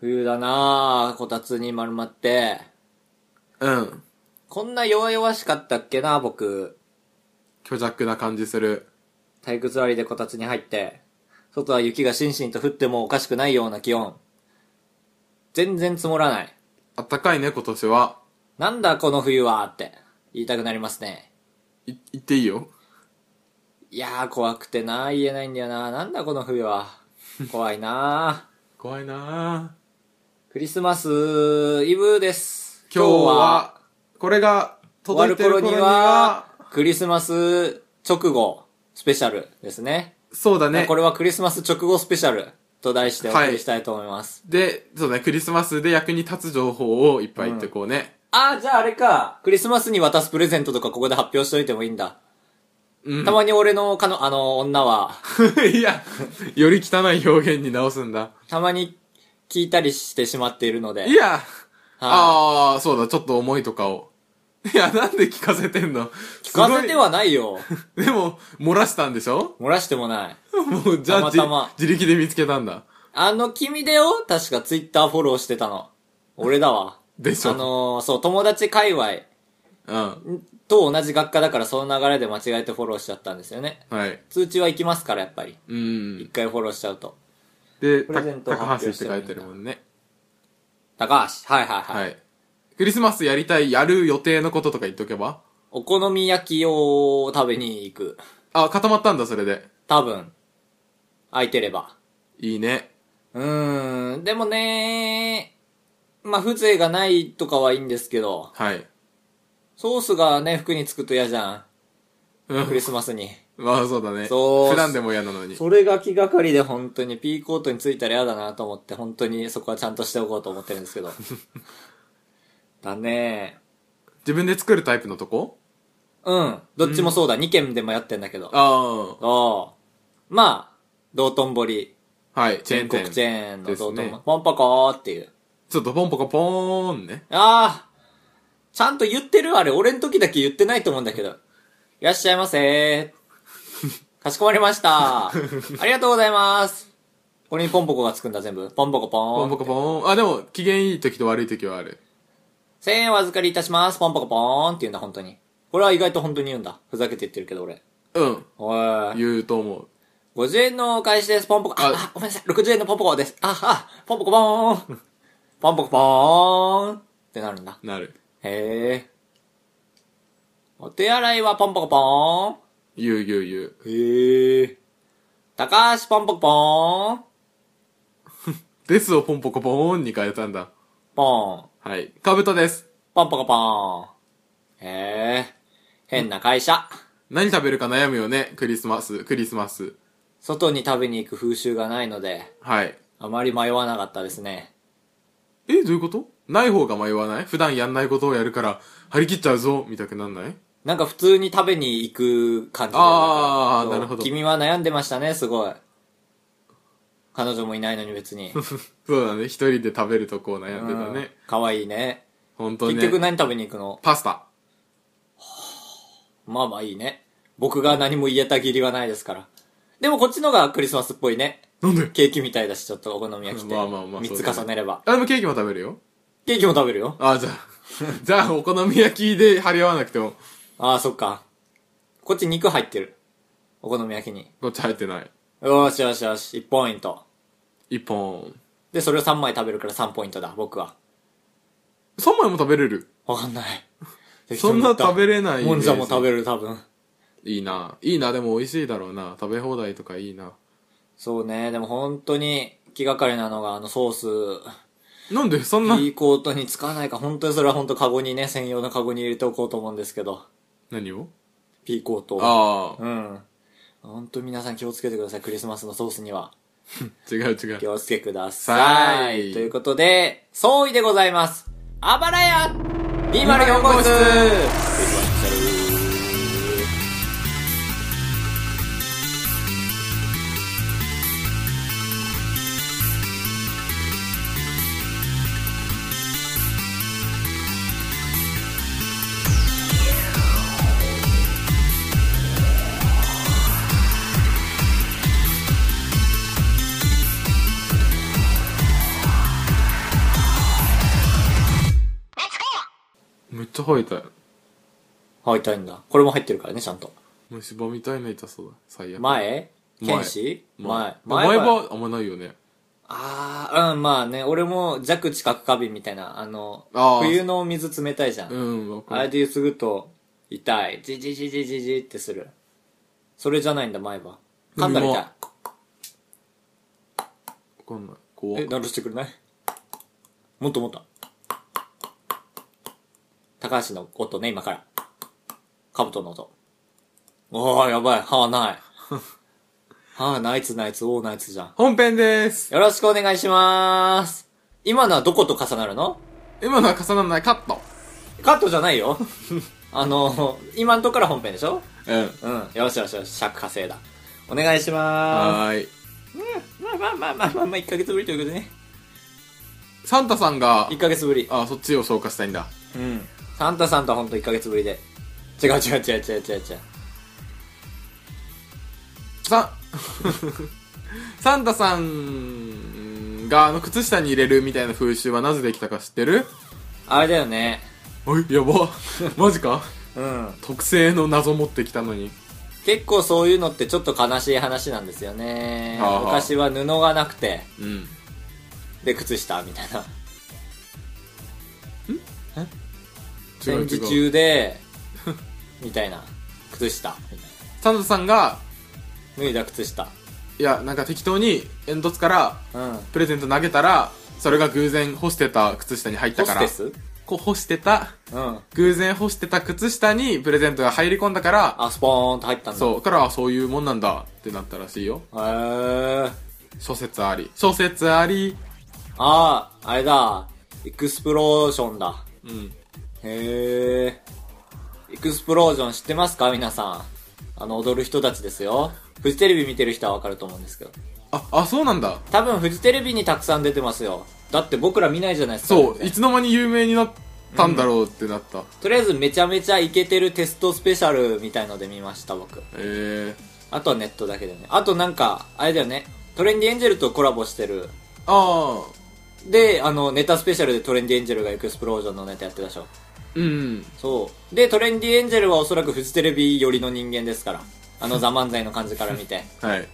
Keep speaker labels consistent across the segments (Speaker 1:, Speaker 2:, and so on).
Speaker 1: 冬だなあこたつに丸まって。
Speaker 2: うん。
Speaker 1: こんな弱々しかったっけな僕。
Speaker 2: 虚弱な感じする。
Speaker 1: 体育座りでこたつに入って。外は雪がしんしんと降ってもおかしくないような気温。全然積もらない。
Speaker 2: あったかいね、今年は。
Speaker 1: なんだこの冬はって言いたくなりますね。
Speaker 2: い、言っていいよ。
Speaker 1: いやー怖くてな言えないんだよななんだこの冬 は。怖いな
Speaker 2: 怖いなぁ。
Speaker 1: クリスマスイブです。
Speaker 2: 今日は、これが
Speaker 1: 終わ
Speaker 2: 届
Speaker 1: る
Speaker 2: いてる
Speaker 1: 頃
Speaker 2: 頃に
Speaker 1: に
Speaker 2: は、
Speaker 1: は、クリスマス直後スペシャルですね。
Speaker 2: そうだね
Speaker 1: こ。れはクリスマス直後スペシャルと題してお送りしたいと思います。
Speaker 2: で、そうだね、クリスマスで役に立つ情報をいっぱい言ってこうね。
Speaker 1: あー、じゃああれか。クリスマスに渡すプレゼントとかここで発表しといてもいいんだ。
Speaker 2: うん。
Speaker 1: たまに俺の、かの、あの、女は、
Speaker 2: いや、より汚い表現に直すんだ。
Speaker 1: たまに聞いたりしてしまっているので。
Speaker 2: いや、
Speaker 1: はい
Speaker 2: ああ、そうだ、ちょっと思いとかを。 いや、なんで聞かせてんの
Speaker 1: 聞かせてはないよ。
Speaker 2: すごいでも、漏らしたんでしょ
Speaker 1: 漏らしてもない。
Speaker 2: もう、じゃあ
Speaker 1: たまたま
Speaker 2: じ自力で見つけたんだ。
Speaker 1: あの、君だよ確かツイッターフォローしてたの。俺だわ。
Speaker 2: でしょ
Speaker 1: あのーそう、友達界隈
Speaker 2: うん。
Speaker 1: と同じ学科だからその流れで間違えてフォローしちゃったんですよね。
Speaker 2: はい。
Speaker 1: 通知は行きますから、やっぱり。
Speaker 2: うん
Speaker 1: 一。回フォローしちゃうと。
Speaker 2: で、
Speaker 1: プ
Speaker 2: た
Speaker 1: レゼントを
Speaker 2: 高
Speaker 1: 発表
Speaker 2: 橋って
Speaker 1: して
Speaker 2: 書
Speaker 1: るんだ
Speaker 2: いてるもんね。
Speaker 1: 高橋。はいはいはい。
Speaker 2: はい。クリスマスやりたい、やる予定のこととか言っとけば
Speaker 1: お好み焼きを食べに行く。
Speaker 2: あ、固まったんだ、それで。
Speaker 1: 多分。空いてれば。
Speaker 2: いいね。
Speaker 1: うーん。でもねまあ、風情がないとかはいいんですけど、
Speaker 2: はい。
Speaker 1: ソースがね、服につくと嫌じゃ。
Speaker 2: うん
Speaker 1: ク
Speaker 2: ん。
Speaker 1: リスマスに。
Speaker 2: まあ、そうだね。
Speaker 1: そう
Speaker 2: 普段でも嫌なのに。
Speaker 1: それが気がかりで本当にピーコートについたら嫌だなと思って本当にそこはちゃんとしておこうと思ってるんですけど。 だね
Speaker 2: 自分で作るタイプのとこ
Speaker 1: うん。どっちもそうだ。2軒でもやってんだけど。
Speaker 2: あ
Speaker 1: おうまあ、道頓堀。
Speaker 2: あ。はい。チェー
Speaker 1: 全
Speaker 2: ン
Speaker 1: 国
Speaker 2: 店。
Speaker 1: チェーンの道頓
Speaker 2: です
Speaker 1: 堀。
Speaker 2: ね
Speaker 1: ポンポコーっていう。
Speaker 2: ちょっとポンポコポーンね。
Speaker 1: ああちゃんと言ってるあれ、俺の時だけ言ってないと思うんだけど。いらっしゃいま せー。かしこまりました。ありがとうございます。これにポンポコがつくんだ、全部。ポンポコポ
Speaker 2: ポ
Speaker 1: ン
Speaker 2: ン。ポコポーン。あ、でも、機嫌いい時と悪い時はある。
Speaker 1: 1000円お預かりいたします。ポンポコポーンって言うんだ、本当に。これは意外と本当に言うんだ。ふざけて言ってるけど、俺。
Speaker 2: うん。
Speaker 1: おい。
Speaker 2: 言うと思う。
Speaker 1: 50円のお返しです。ポンポコ。あ
Speaker 2: あ、
Speaker 1: あごめんなさい。60円のポンポコです。あ、あ、ポンポコポー ン。ポンポコポーンってなるんだ。
Speaker 2: なる。
Speaker 1: へえ。お手洗いはポンポコポ
Speaker 2: 言う言う言う。
Speaker 1: ーン。へえ。高橋ポンポコポーン。
Speaker 2: ですをポンポコポーンに変えたんだ。
Speaker 1: ポーン。
Speaker 2: はい。かぶとです。
Speaker 1: ポンポコポーン。へえ。変な会社。
Speaker 2: 何食べるか悩むよね。クリスマス、クリスマス。
Speaker 1: 外に食べに行く風習がないので、
Speaker 2: はい。
Speaker 1: あまり迷わなかったですね。
Speaker 2: え、どういうことない方が迷わない普段やんないことをやるから、張り切っちゃうぞ、みたくなん ない
Speaker 1: なんか普通に食べに行く感じで
Speaker 2: あー
Speaker 1: んか
Speaker 2: なるほど
Speaker 1: 君は悩んでましたね、すごい。彼女もいないのに別 に。
Speaker 2: そうだね。一人で食べるとこを悩んでた
Speaker 1: う
Speaker 2: ね
Speaker 1: ん。かわいいね。
Speaker 2: 本当
Speaker 1: 結
Speaker 2: ね。
Speaker 1: 局何食べに行くの
Speaker 2: パスタ。
Speaker 1: まあまあいいね。僕が何も言えた義理はないですから。でもこっちのがクリスマスっぽいね。
Speaker 2: なんで
Speaker 1: ケーキみたいだし、ちょっとお好み焼きって。
Speaker 2: まあまあまあ
Speaker 1: 3
Speaker 2: そうだ
Speaker 1: つ
Speaker 2: ね
Speaker 1: 重ねれば。
Speaker 2: あ、でもケーキも食べるよ。
Speaker 1: ケーキも食べるよ。
Speaker 2: あ、じゃあ。 じゃあ、お好み焼きで張り合わなくても、
Speaker 1: ああ、そっか。こっち肉入ってる。お好み焼きに。
Speaker 2: こっち入ってない。
Speaker 1: よーしよしよし。1ポイント。
Speaker 2: 一本。
Speaker 1: で、それを3枚食べるから3ポイントだ、僕は。
Speaker 2: 三枚も食べれる。
Speaker 1: わかんない。
Speaker 2: そんな食べれない
Speaker 1: もんじゃも食
Speaker 2: る。
Speaker 1: べる、多分。
Speaker 2: いいな。いいな、でも美味しいだろうな。食べ放題とかいいな。
Speaker 1: そうね、でも本当に気がかりなのが、あのソース。
Speaker 2: なんで、そんな。
Speaker 1: いいコートに使わないか、本当にそれは本当カゴにね、専用のカゴに入れておこうと思うんですけど。
Speaker 2: 何を
Speaker 1: P コートを。
Speaker 2: ああ、
Speaker 1: うん。本当皆さん気をつけてください、クリスマスのソースには。
Speaker 2: 違う違う
Speaker 1: 気。をつけくださ。
Speaker 2: はいい
Speaker 1: ということで、総意でございます。あばらや !204 号室
Speaker 2: 「ちゃ生えたよ。
Speaker 1: あ、痛いんだ。これも入ってるからね、ちゃんと。
Speaker 2: 虫歯みたいな痛そうだ。最悪。
Speaker 1: 前剣士前
Speaker 2: 前。前
Speaker 1: は
Speaker 2: 歯あんまないよね。
Speaker 1: ああ、うん、まあね、俺も弱知覚過敏みたいな、あの、
Speaker 2: あー
Speaker 1: 冬の水冷たいじゃん。
Speaker 2: うん、わ
Speaker 1: あ
Speaker 2: か
Speaker 1: れ
Speaker 2: る。
Speaker 1: で揺すぐと、痛い。じじじじじじってする。それじゃないんだ、前歯。噛んだら痛い。
Speaker 2: わかんない。怖
Speaker 1: え、
Speaker 2: い。
Speaker 1: 鳴らしてくれないもっともっと。高橋の音ね、今から。カブトの音。おー、やばい。歯はない。 歯はナイツナイツ、おーナイツじゃん。
Speaker 2: 本編でーす。
Speaker 1: よろしくお願いしまーす。今のはどこと重なるの
Speaker 2: 今のは重ならない。カット。
Speaker 1: カットじゃないよ。 あの、今んとこから本編でしょ
Speaker 2: うん。
Speaker 1: うん。よしよしよし、尺稼いだ。お願いしま
Speaker 2: はーい。
Speaker 1: ーす。まあまあまあまあまあまあ、1ヶ月ぶりということでね。
Speaker 2: サンタさんが
Speaker 1: 1、ヶ月ぶり。
Speaker 2: あ、そっちを消化したいんだ。
Speaker 1: うん。サンタさんとはほんと1ヶ月ぶりで。違う違う違う違う違う違う。
Speaker 2: サン、 サンタさんがあの靴下に入れるみたいな風習はなぜできたか知ってる
Speaker 1: あれだよね。
Speaker 2: おい、や ば。マジか
Speaker 1: うん。
Speaker 2: 特製の謎持ってきたのに。
Speaker 1: 結構そういうのってちょっと悲しい話なんですよね。
Speaker 2: はあはあ
Speaker 1: 昔は布がなくて、
Speaker 2: うん。
Speaker 1: で、靴下みたいな。戦
Speaker 2: 違う
Speaker 1: 時
Speaker 2: 違う。
Speaker 1: 中で、みたいな。靴下。みたい
Speaker 2: サンタさんが、
Speaker 1: な脱いだ靴下。
Speaker 2: いや、なんか適当に煙突から
Speaker 1: うん。
Speaker 2: プレゼント投げたら、それが偶然干してた靴下に入った
Speaker 1: ホ
Speaker 2: か
Speaker 1: ス
Speaker 2: ら。
Speaker 1: テス
Speaker 2: こう干してた、
Speaker 1: うん。
Speaker 2: 偶然干してた靴下にプレゼントが入り込んだから、
Speaker 1: あ、スポーンと入ったんだ。う。
Speaker 2: そう、からはそういうもんなんだってなったらしいよ。
Speaker 1: へー。
Speaker 2: 諸説あり。諸説あり。
Speaker 1: ああ、あれだ。エクスプローションだ。
Speaker 2: うん。
Speaker 1: へえ。エクスプロージョン知ってますか皆さん。あの、踊る人たちですよ。フジテレビ見てる人はわかると思うんですけど。
Speaker 2: あ、あ、そうなんだ。
Speaker 1: 多分フジテレビにたくさん出てますよ。だって僕ら見ないじゃないですか。
Speaker 2: そう、いつの間に有名になったんだろうってなった。
Speaker 1: とりあえずめちゃめちゃイケてるテストスペシャルみたいので見ました、僕。
Speaker 2: えー。
Speaker 1: あとはネットだけでね。あとなんか、あれだよね。トレンディエンジェルとコラボしてる。
Speaker 2: ああ、
Speaker 1: で、あの、ネタスペシャルでトレンディエンジェルがエクスプロージョンのネタやってたでしょ。
Speaker 2: うん。
Speaker 1: そう。で、トレンディエンジェルはおそらくフジテレビ寄りの人間ですから。あの、ザ・漫才の感じから見 て。
Speaker 2: はい。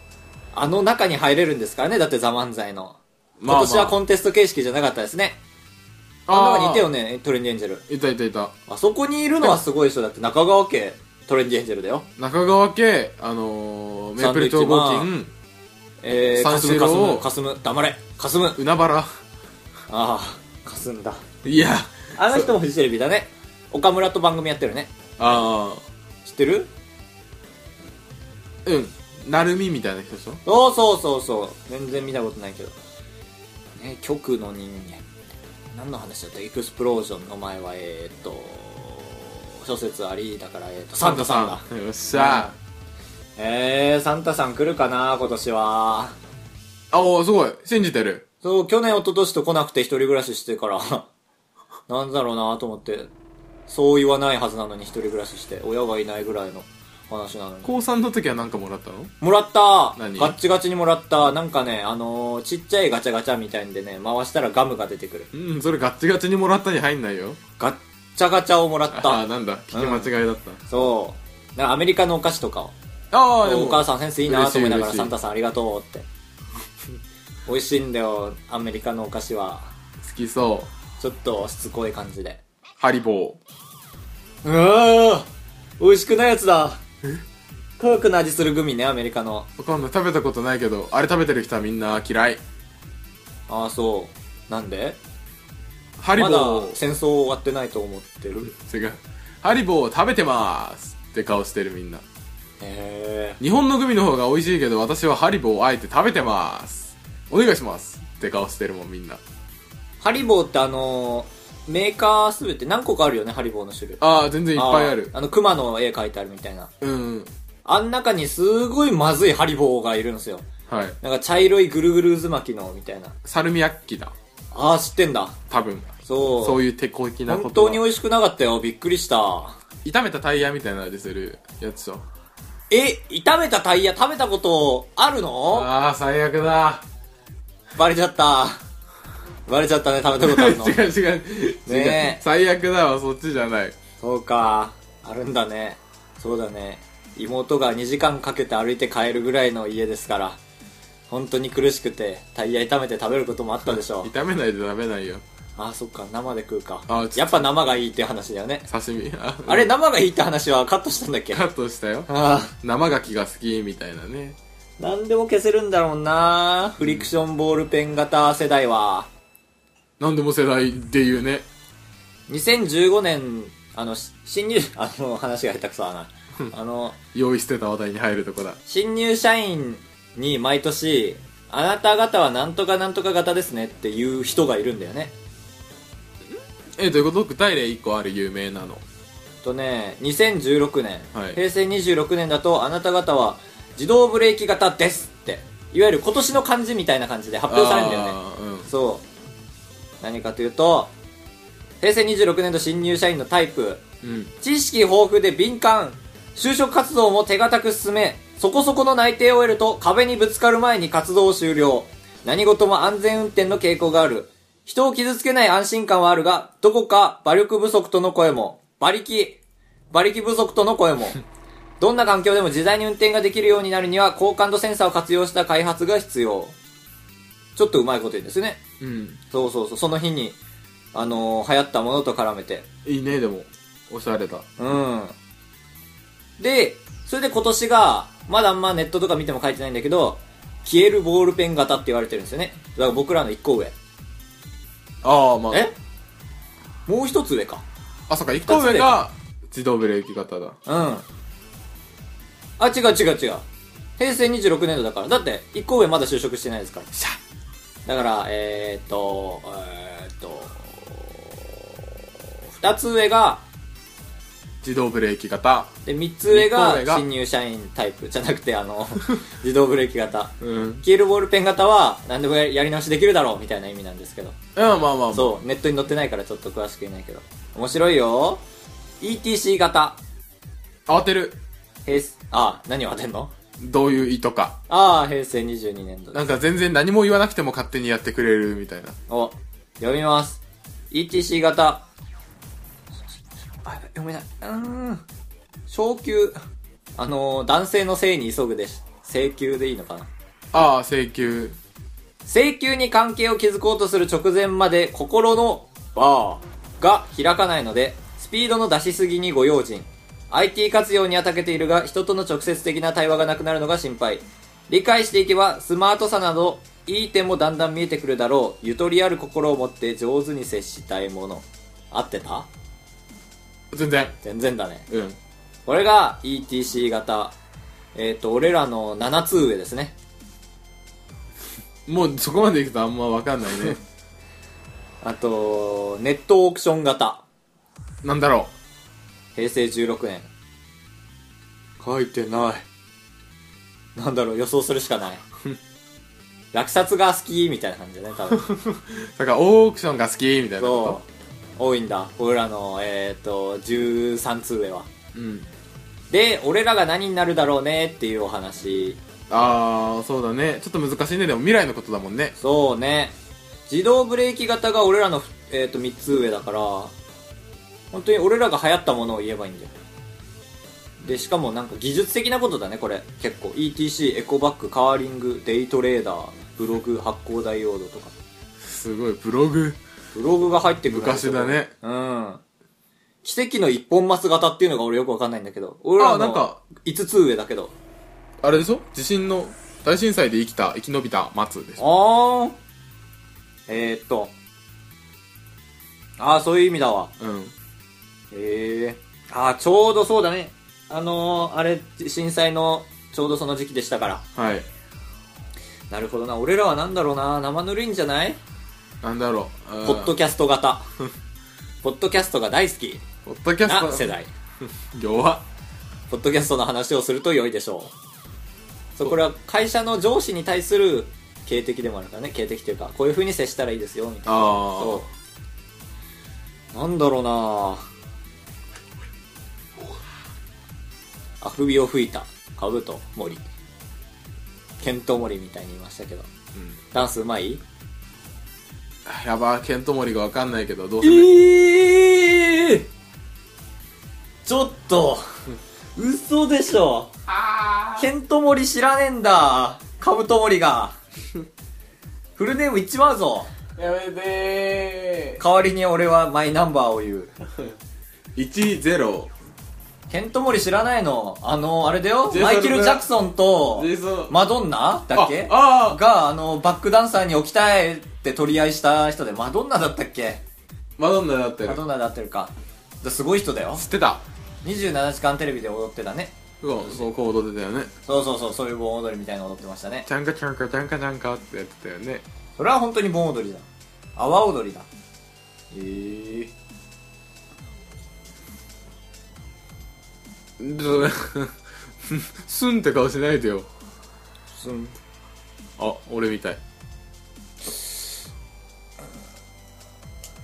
Speaker 1: あの中に入れるんですからね、だってザ・漫才の。
Speaker 2: まあまあ
Speaker 1: 今年はコンテスト形式じゃなかったですね。あの中にいたよね、トレンディエンジェル。
Speaker 2: いたいたいた。
Speaker 1: あそこにいる のはすごい人だって、中川家、トレンディエンジェルだよ。
Speaker 2: 中川家、あのー、メープル超合
Speaker 1: サン
Speaker 2: 金、
Speaker 1: えー、か
Speaker 2: 三
Speaker 1: す
Speaker 2: 四
Speaker 1: む
Speaker 2: 郎
Speaker 1: かすむ、かすむ、黙れ、かすむ。
Speaker 2: 海原。
Speaker 1: ああ、かすんだ。
Speaker 2: いや、
Speaker 1: あの人もフジテレビだね。岡村と番組やってるね。
Speaker 2: ああ、
Speaker 1: 知ってる
Speaker 2: うん。なるみみたいな人でしょ
Speaker 1: そうそうそうそう。全然見たことないけど。ね、極の人間。何の話だったエクスプロージョンの前は、えー、っと、諸説あり、だから、えー、っと、サンタさんだ。
Speaker 2: ん。よっしゃ
Speaker 1: えー、サンタさん来るかな今年は。
Speaker 2: あおーすごい。信じてる。
Speaker 1: そう、去年一昨年と来なくて一人暮らししてから、 なんだろうなと思って、そう言わないはずなのに一人暮らしして、親がいないぐらいの話なのに。
Speaker 2: 高3の時は何かもらったの
Speaker 1: もらった
Speaker 2: 何
Speaker 1: ガッチガチにもらったなんかね、あのーちっちゃいガチャガチャみたいんでね、回したらガムが出てくる。
Speaker 2: うん、それガッチガチにもらったに入んないよ。
Speaker 1: ガッチャガチャをもらっ
Speaker 2: ああ、
Speaker 1: た。
Speaker 2: なんだ。聞き間違いだった。
Speaker 1: そう。なんかアメリカのお菓子とかを。
Speaker 2: ああ、でも。
Speaker 1: お母さんセンスいいなと思いなが
Speaker 2: 嬉
Speaker 1: ら
Speaker 2: しい嬉しい
Speaker 1: サンタさんありがとうって。 美味しいんだよ、アメリカのお菓子は。
Speaker 2: 好きそう。
Speaker 1: ちょっとしつこい感じで。
Speaker 2: ハリボ
Speaker 1: うわー美味しくないやつだ科学の味するグミね、アメリカの。
Speaker 2: ー。わかんない。食べたことないけど、あれ食べてる人はみんな嫌い。
Speaker 1: ああ、そう。なんで
Speaker 2: ハリボ
Speaker 1: まだ
Speaker 2: ー。
Speaker 1: 戦争終わってないと思ってる。
Speaker 2: 違う。ハリボー食べてまーすって顔してるみんな。
Speaker 1: へえ。
Speaker 2: 日本のグミの方が美味しいけど、私はハリボーをあえて食べてまーす。お願いしますって顔してるもんみんな。
Speaker 1: ハリボーってあのーメーカーすべて何個かあるよね、ハリボーの種類。
Speaker 2: ああ、全然いっぱいあ
Speaker 1: ー。
Speaker 2: る
Speaker 1: あの、熊の絵描いてあるみたいな。
Speaker 2: うん。
Speaker 1: あん中にすごいまずいハリボーがいるんですよ。
Speaker 2: はい。
Speaker 1: なんか茶色いぐるぐる渦巻きの、みたいな。
Speaker 2: サルミアッキだ。
Speaker 1: ああ、知ってんだ。
Speaker 2: 多分。
Speaker 1: そう。
Speaker 2: そういう手こきなこと
Speaker 1: 本
Speaker 2: は。
Speaker 1: 当に美味しくなかったよ。びっくりした。
Speaker 2: 炒めたタイヤみたいなのでするやつと。
Speaker 1: え、炒めたタイヤ食べたことあるの
Speaker 2: ああ、最悪だ。
Speaker 1: バレちゃった。バレちゃったね、食べたことあるの。
Speaker 2: 違う違う違う、
Speaker 1: ねえ
Speaker 2: 最悪だわそっちじゃない
Speaker 1: そうか。あるんだね。そうだね。妹が2時間かけて歩いて帰るぐらいの家ですから、本当に苦しくて、タイヤ炒めて食べることもあったでしょう。
Speaker 2: 炒めないで食べないよ
Speaker 1: あ、そっか、生で食うか
Speaker 2: あちょっ。と
Speaker 1: やっぱ生がいいって話だよね。
Speaker 2: 刺身あ
Speaker 1: あれ、生がいいって話はカットしたんだっけ
Speaker 2: カ
Speaker 1: あ
Speaker 2: ットしたよ
Speaker 1: あ、
Speaker 2: 生牡蠣が好きみたいなね
Speaker 1: なんでも消せるんだろうなフリクションボールペン型世代は。
Speaker 2: なんでも世代で言うね
Speaker 1: 2015年、あの、し新入、 あの、話が下手くそだな。あの、
Speaker 2: 用意してた話題に入るとこだ
Speaker 1: 新入社員に毎年、あなた方はなんとかなんとか型ですねっていう人がいるんだよね。
Speaker 2: えということ具体例1個ある有名なの
Speaker 1: とね、2016年、
Speaker 2: はい
Speaker 1: 平成26年だと、あなた方は自動ブレーキ型ですって、いわゆる今年の漢字みたいな感じで発表されるんだよね。
Speaker 2: あーうん
Speaker 1: そう。何かというと、平成26年度新入社員のタイプ、
Speaker 2: うん
Speaker 1: 知識豊富で敏感就職活動も手堅く進めそこそこの内定を得ると壁にぶつかる前に活動を終了何事も安全運転の傾向がある人を傷つけない安心感はあるがどこか馬力不足との声も馬力馬力不足との声もどんな環境でも自在に運転ができるようになるには高感度センサーを活用した開発が必要ちょっとうまいこと言うんですね
Speaker 2: うん
Speaker 1: そうそうそうその日にあのー流行ったものと絡めて
Speaker 2: いいねでもおしゃれだ
Speaker 1: うん。で、それで今年が、まだあんまネットとか見ても書いてないんだけど、消えるボールペン型って言われてるんですよね。だから僕らの一個上。
Speaker 2: ああまあ
Speaker 1: えもう一つ上か。
Speaker 2: あそっか1個
Speaker 1: 二つ
Speaker 2: 上
Speaker 1: 目
Speaker 2: が自動ブレーキ型だ
Speaker 1: うん。あ、違う違う違う。平成26年度だから。だって、一個上まだ就職してないですから。
Speaker 2: シャ
Speaker 1: だから、えー、っと、えー、っと、二つ上が、
Speaker 2: 自動ブレーキ型
Speaker 1: で、三つ上
Speaker 2: 三つ上
Speaker 1: が
Speaker 2: が
Speaker 1: 新入社員タイプじゃなくて、あの、 自動ブレーキ型。
Speaker 2: うん
Speaker 1: 消えるボールペン型は何でもやり直しできるだろうみたいな意味なんですけど
Speaker 2: いやまあまあまあ
Speaker 1: そうネットに載ってないからちょっと詳しく言えないけど面白いよ ETC 型
Speaker 2: 慌てる
Speaker 1: 平成あ何を当てんの
Speaker 2: どういう意図か
Speaker 1: ああ平成22年度
Speaker 2: なんか全然何も言わなくても勝手にやってくれるみたいな
Speaker 1: お読みます ETC 型あ読めないうーん昇給あのー男性の性に急ぐです請求でいいのかな
Speaker 2: ああ請求
Speaker 1: 請求に関係を築こうとする直前まで心のバーが開かないので、スピードの出しすぎにご用心。IT 活用には長けているが、人との直接的な対話がなくなるのが心配。理解していけば、スマートさなど、いい点もだんだん見えてくるだろう。ゆとりある心を持って上手に接したいもの。合ってた
Speaker 2: 全然
Speaker 1: 全然だね。
Speaker 2: うん
Speaker 1: これが ETC 型。えっ、と、俺らの7つ上ですね。
Speaker 2: もうそこまでいくとあんまわかんないね
Speaker 1: あと、ネットオークション型。
Speaker 2: なんだろ
Speaker 1: 平成16年。
Speaker 2: う書いてない
Speaker 1: なんだろう、予想するしかない。 落札が好きみたいな感じだね、多分。
Speaker 2: だからオークションが好きみたいなこ
Speaker 1: そう。多いんだ。俺らの、えっ、と、13通上は。
Speaker 2: とうん
Speaker 1: で、俺らが何になるだろうねっていうお話。
Speaker 2: ああそうだねちょっと難しいねでも未来のことだもんね
Speaker 1: そうね。自動ブレーキ型が俺らの、えっ、と、3つ上だから、本当に俺らが流行ったものを言えばいいんだよ。で、しかもなんか技術的なことだね、これ。結構。ETC、エコバッグ、カーリング、デイトレーダー、ブログ、発光ダイオードとか。
Speaker 2: すごいブログ
Speaker 1: ブログが入ってくるなんて
Speaker 2: 昔だね
Speaker 1: うん奇跡の一本マス型っていうのが俺よくわかんないんだけど俺ら
Speaker 2: あなん
Speaker 1: の
Speaker 2: か
Speaker 1: 5つ上だけど
Speaker 2: あれでしょ地震の大震災で生きた生き延びた松でし
Speaker 1: あ
Speaker 2: ょ
Speaker 1: ーえー、っとああそういう意味だわ
Speaker 2: うん
Speaker 1: ええああちょうどそうだねあのー、あれ震災のちょうどその時期でしたから
Speaker 2: はい
Speaker 1: なるほどな俺らはなんだろうな生ぬるいんじゃない
Speaker 2: なんだろううん
Speaker 1: ポッドキャスト 型ポッドキャストが大好き
Speaker 2: ポッドキ
Speaker 1: な
Speaker 2: ャ
Speaker 1: 世
Speaker 2: ス
Speaker 1: 代
Speaker 2: ト弱っ
Speaker 1: ポッドキャストの話をすると良いでしょう。そう、これは会社の上司に対する警的でもあるからね、警的というか、こういう風に接したらいいですよ、みたいな。
Speaker 2: ああ
Speaker 1: そう。なんだろうなぁあくびを吹いた、かぶと森。ケント森みたいに言いましたけど。
Speaker 2: うん
Speaker 1: ダンスうまい
Speaker 2: やばケントモリがわかんないけどどうせ、
Speaker 1: ええちょっと、嘘でしょ。
Speaker 2: あ
Speaker 1: ケントモリ知らねえんだ。カブトモリが。 フルネーム言っちまうぞ。
Speaker 2: ーやめて
Speaker 1: 代わりに俺はマイナンバーを言う。
Speaker 2: 10
Speaker 1: ケントモリ知らないのあの、あれだよ
Speaker 2: ジェイソン
Speaker 1: マイケル・ジャクソンと
Speaker 2: ジェイソン
Speaker 1: マドンナだっけ
Speaker 2: ああー
Speaker 1: が、あの、バックダンサーに置きたいって取り合いした人で、マドンナだったっけ
Speaker 2: マドンナだった
Speaker 1: マ
Speaker 2: よ
Speaker 1: ドンナだってるか。すごい人だよ
Speaker 2: 知。ってた
Speaker 1: 27時間テレビで踊ってたね。
Speaker 2: そうそうコード出たよね
Speaker 1: そうそうそう、そういう盆踊りみたいなの踊ってましたね。
Speaker 2: ちゃんかちゃんかちゃんかちゃんかってやってたよね
Speaker 1: それは本当に盆踊りだ。阿波踊りだ。
Speaker 2: ええー、すんって顔しないでよ
Speaker 1: すん。
Speaker 2: あ俺みたい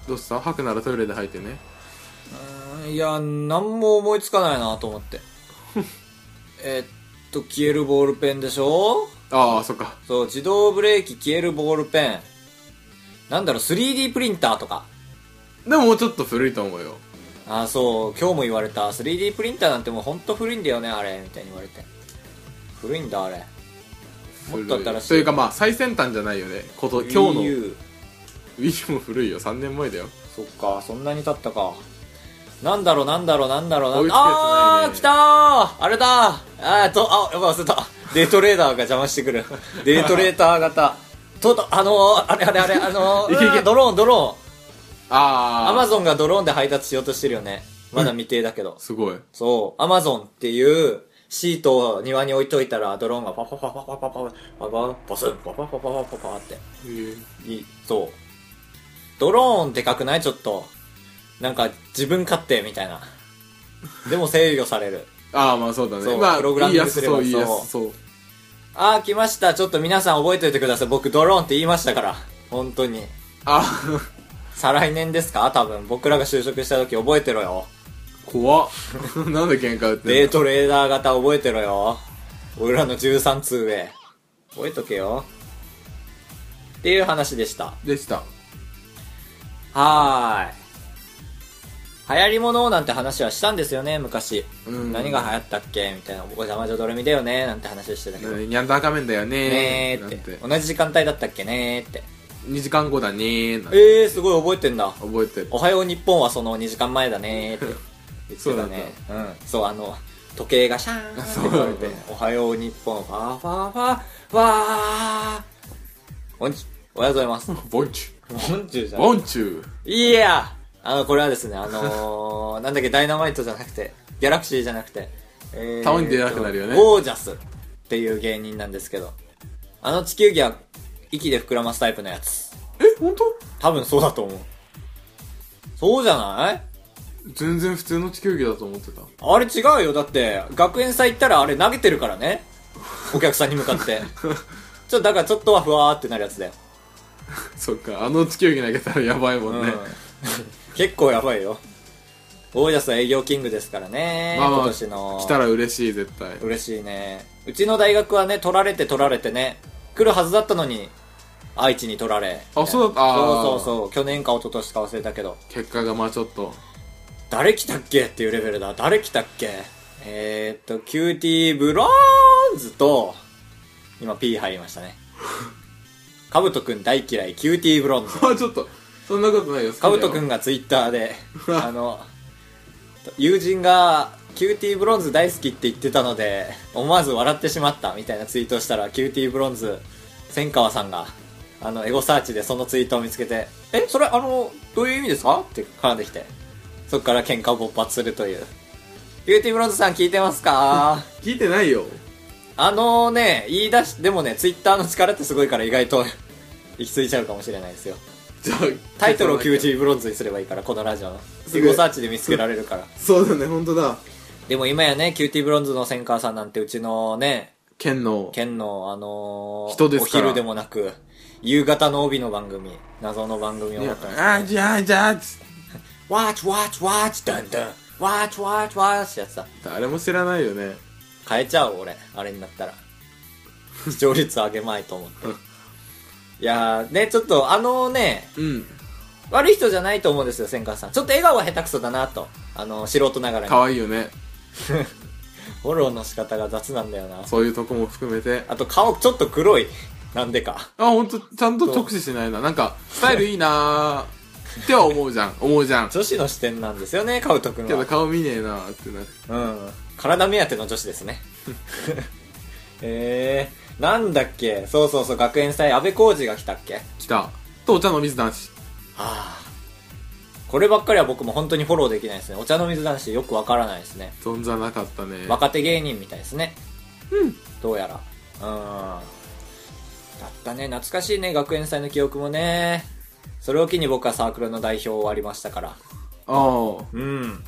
Speaker 2: どうした吐くならトイレで吐いてね
Speaker 1: いや、なんも思いつかないなと思 って。えっと、消えるボールペンでしょ
Speaker 2: ああそっか
Speaker 1: そう、自動ブレーキ消えるボールペン。なんだろう、3D プリンターとか。
Speaker 2: でももうちょっと古いと思うよ
Speaker 1: あ、そう、今日も言われた。3D プリンターなんてもうほんと古いんだよね、あれ。みたいに言われて。古いんだ、あれ。もっと新しい
Speaker 2: というかまあ最先端じゃないよねこと今日の
Speaker 1: Wii
Speaker 2: Wii
Speaker 1: U
Speaker 2: も古いよ3年前だよ
Speaker 1: そっか、そんなに経ったか。なんだろう、なんだろう、なんだろう、なんだろう。あ
Speaker 2: 追い
Speaker 1: ー、
Speaker 2: つ
Speaker 1: 来
Speaker 2: く
Speaker 1: たーあれだーあーと、あ、やばい忘れた。デートレーダーが邪魔してくる。デートレーター型。と、と、あのー、あれあれあれ、あのー、
Speaker 2: いけい
Speaker 1: う
Speaker 2: け
Speaker 1: わードローン、ドローン。
Speaker 2: ああ
Speaker 1: アマゾンがドローンで配達しようとしてるよね。まだ未定だけど。
Speaker 2: すごい
Speaker 1: そう、アマゾンっていうシートを庭に置いといたら、ドローンがパパパパパパパパパパパスンパパパパパパパって。いいそう。ドローンでかくないちょっと。なんか、自分勝手みたいな。でも制御される。
Speaker 2: ああまあそうだ
Speaker 1: そ
Speaker 2: ね
Speaker 1: う
Speaker 2: まあ
Speaker 1: プログラミング
Speaker 2: いいやつ
Speaker 1: すれば
Speaker 2: そういいや
Speaker 1: そう
Speaker 2: つそう
Speaker 1: あー、来ました。ちょっと皆さん覚えておいてください。僕、ドローンって言いましたから。本当に。
Speaker 2: あ
Speaker 1: 再来年ですか多分。僕らが就職した時覚えてろよ。
Speaker 2: ー 怖っ なんで喧嘩売ってんの
Speaker 1: デートレーダー型覚えてろよ。俺らの13通上。覚えとけよ。っていう話でした。
Speaker 2: でした
Speaker 1: はーい。流行り物なんて話はしたんですよね、昔。
Speaker 2: うん
Speaker 1: 何が流行ったっけみたいな。お邪魔女ドレミだよねなんて話をしてたけど。ね
Speaker 2: にゃんだ赤面だよね
Speaker 1: え
Speaker 2: ー
Speaker 1: ー
Speaker 2: なん
Speaker 1: ってて。同じ時間帯だったっけねーって。
Speaker 2: 2時間後だねーなんて
Speaker 1: えー、すごい覚えてんだ。
Speaker 2: 覚えてる
Speaker 1: おはよう日本はその2時間前だねー って言ってたね。うん。そう、あの、時計がシャーンって倒れて、おはよう日本、ファーファーファー、わー。こんち、おはようござい ます。
Speaker 2: ボンチ
Speaker 1: こんちゅうじ
Speaker 2: ュ
Speaker 1: ゃん。
Speaker 2: ボンチュ
Speaker 1: いやあの、これはですね、あ のー、なんだっけ、ダイナマイトじゃなくて、ギャラクシーじゃなくて、え
Speaker 2: たまに出なくなるよね
Speaker 1: ゴージャスっていう芸人なんですけど、あの地球儀は息で膨らますタイプのやつ。
Speaker 2: え本当
Speaker 1: 多分そうだと思う。そうじゃない
Speaker 2: 全然普通の地球儀だと思ってた
Speaker 1: あれ違うよ。だって、学園祭行ったらあれ投げてるからね。お客さんに向か って。ちょ、だからちょっとはふわーってなるやつだよ。
Speaker 2: そっかあの地球儀投げたらやばいもん
Speaker 1: うん
Speaker 2: ね、
Speaker 1: 結構やばいよ。ゴージャスは営業キングですからね。
Speaker 2: まあまあ
Speaker 1: 今年の。
Speaker 2: 来たら嬉しい絶対
Speaker 1: 嬉しいねうちの大学はね取られて取られてね来るはずだったのに愛知に取られ
Speaker 2: あそうだったあー
Speaker 1: そうそうそう去年か一昨年か忘れたけど
Speaker 2: 結果がまあちょっと
Speaker 1: 誰来たっけっていうレベルだ誰来たっけえー、っとキューティーブローンズと今 P 入りました ねかぶとくん大嫌いキューティーブロンズ
Speaker 2: まあちょっとそんなことないよ
Speaker 1: かぶとくん
Speaker 2: が
Speaker 1: がツイッターであの友人がキューティーブロンズ大好きって言ってたので思わず笑ってしまったみたいなツイートをしたらキューティーブロンズ千川さんがあのエゴサーチでそのツイートを見つけて「えそれあのどういう意味ですか?」って絡んできてそこから喧嘩を勃発するというキューティーブロンズさん聞いてますか
Speaker 2: 聞いてないよ
Speaker 1: あのね言い出しでもねツイッターの力ってすごいから意外と 行き着いちゃうかもしれないですよ
Speaker 2: じゃあ
Speaker 1: タイトルを
Speaker 2: 90
Speaker 1: 90ブロンズにすればいいから、このラジオの。
Speaker 2: す
Speaker 1: エ
Speaker 2: ごい
Speaker 1: ゴサーチで見つけられるから。
Speaker 2: そうだね本当だ
Speaker 1: でも今やね、キューティーブロンズの千川さんなんて、うちのね、
Speaker 2: 県の
Speaker 1: 県の、あのー
Speaker 2: 人ですから
Speaker 1: お昼でもなく、夕方の帯の番組、謎の番組を持ってます。
Speaker 2: あじゃあじゃあつ
Speaker 1: ワーチワーチワーチダンダンワーチワーチワーチってやつだ。
Speaker 2: 誰も知らないよね
Speaker 1: 変えちゃう俺あれになったら視聴率上げまいと思っていいやー、ね、ちょっとあのね、
Speaker 2: うん。
Speaker 1: 悪い人じゃないと思うんですよ、千川さん。ちょっと笑顔は下手くそだなと。あの、素人ながらに
Speaker 2: 可。愛いよね。
Speaker 1: フォローの仕方が雑なんだよな。
Speaker 2: そういうとこも含めて。
Speaker 1: あと顔ちょっと黒い。なんでか。
Speaker 2: あ、ほんと、ちゃんと直視しないな。なんか、スタイルいいなーっては思うじゃん。思うじゃん。
Speaker 1: 女子の視点なんですよね、カウト君
Speaker 2: けど
Speaker 1: は。
Speaker 2: 顔見ねえなーってなる。
Speaker 1: うん。体目当ての女子ですね。 えー、なんだっけそうそうそう、学園祭、安倍浩二が来たっけ
Speaker 2: 来た。と、お茶の水男子。
Speaker 1: ああ。こればっかりは僕も本当にフォローできないですね。お茶の水男子よくわからないですね。
Speaker 2: 存ざなかったね。
Speaker 1: 若手芸人みたいですね。うん。どうやら。うん。だったね。懐かしいね。学園祭の記憶もね。それを機に僕はサークルの代表を終わりましたから。
Speaker 2: ああ。
Speaker 1: うん。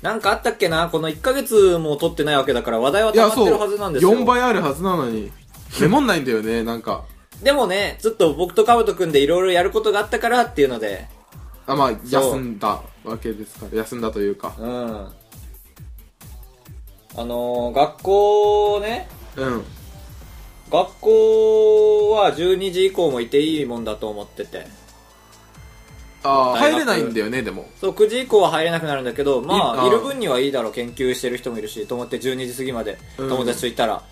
Speaker 1: なんかあったっけなこの1ヶ月も撮ってないわけだから話題はい溜
Speaker 2: や、
Speaker 1: まって
Speaker 2: そう。
Speaker 1: るはずなんですよ。
Speaker 2: 4倍あるはずなのに。メモんないんだよね、なんか。
Speaker 1: でもね、ずっと僕とカブト君でいろいろやることがあったからっていうので、
Speaker 2: あ、まあ、
Speaker 1: そう
Speaker 2: 休んだわけですから。休んだというか。
Speaker 1: うん。あのー学校ね、
Speaker 2: うん。
Speaker 1: 学校は12時以降もいていいもんだと思ってて。
Speaker 2: ああ、
Speaker 1: 大学
Speaker 2: 入れないんだよね、でも。
Speaker 1: そう、9時以降は入れなくなるんだけど、ま
Speaker 2: い
Speaker 1: あ、
Speaker 2: い
Speaker 1: いる分にはいいだろう、研究してる人もいるし、と思って12時過ぎまで
Speaker 2: うん
Speaker 1: 友達といたら、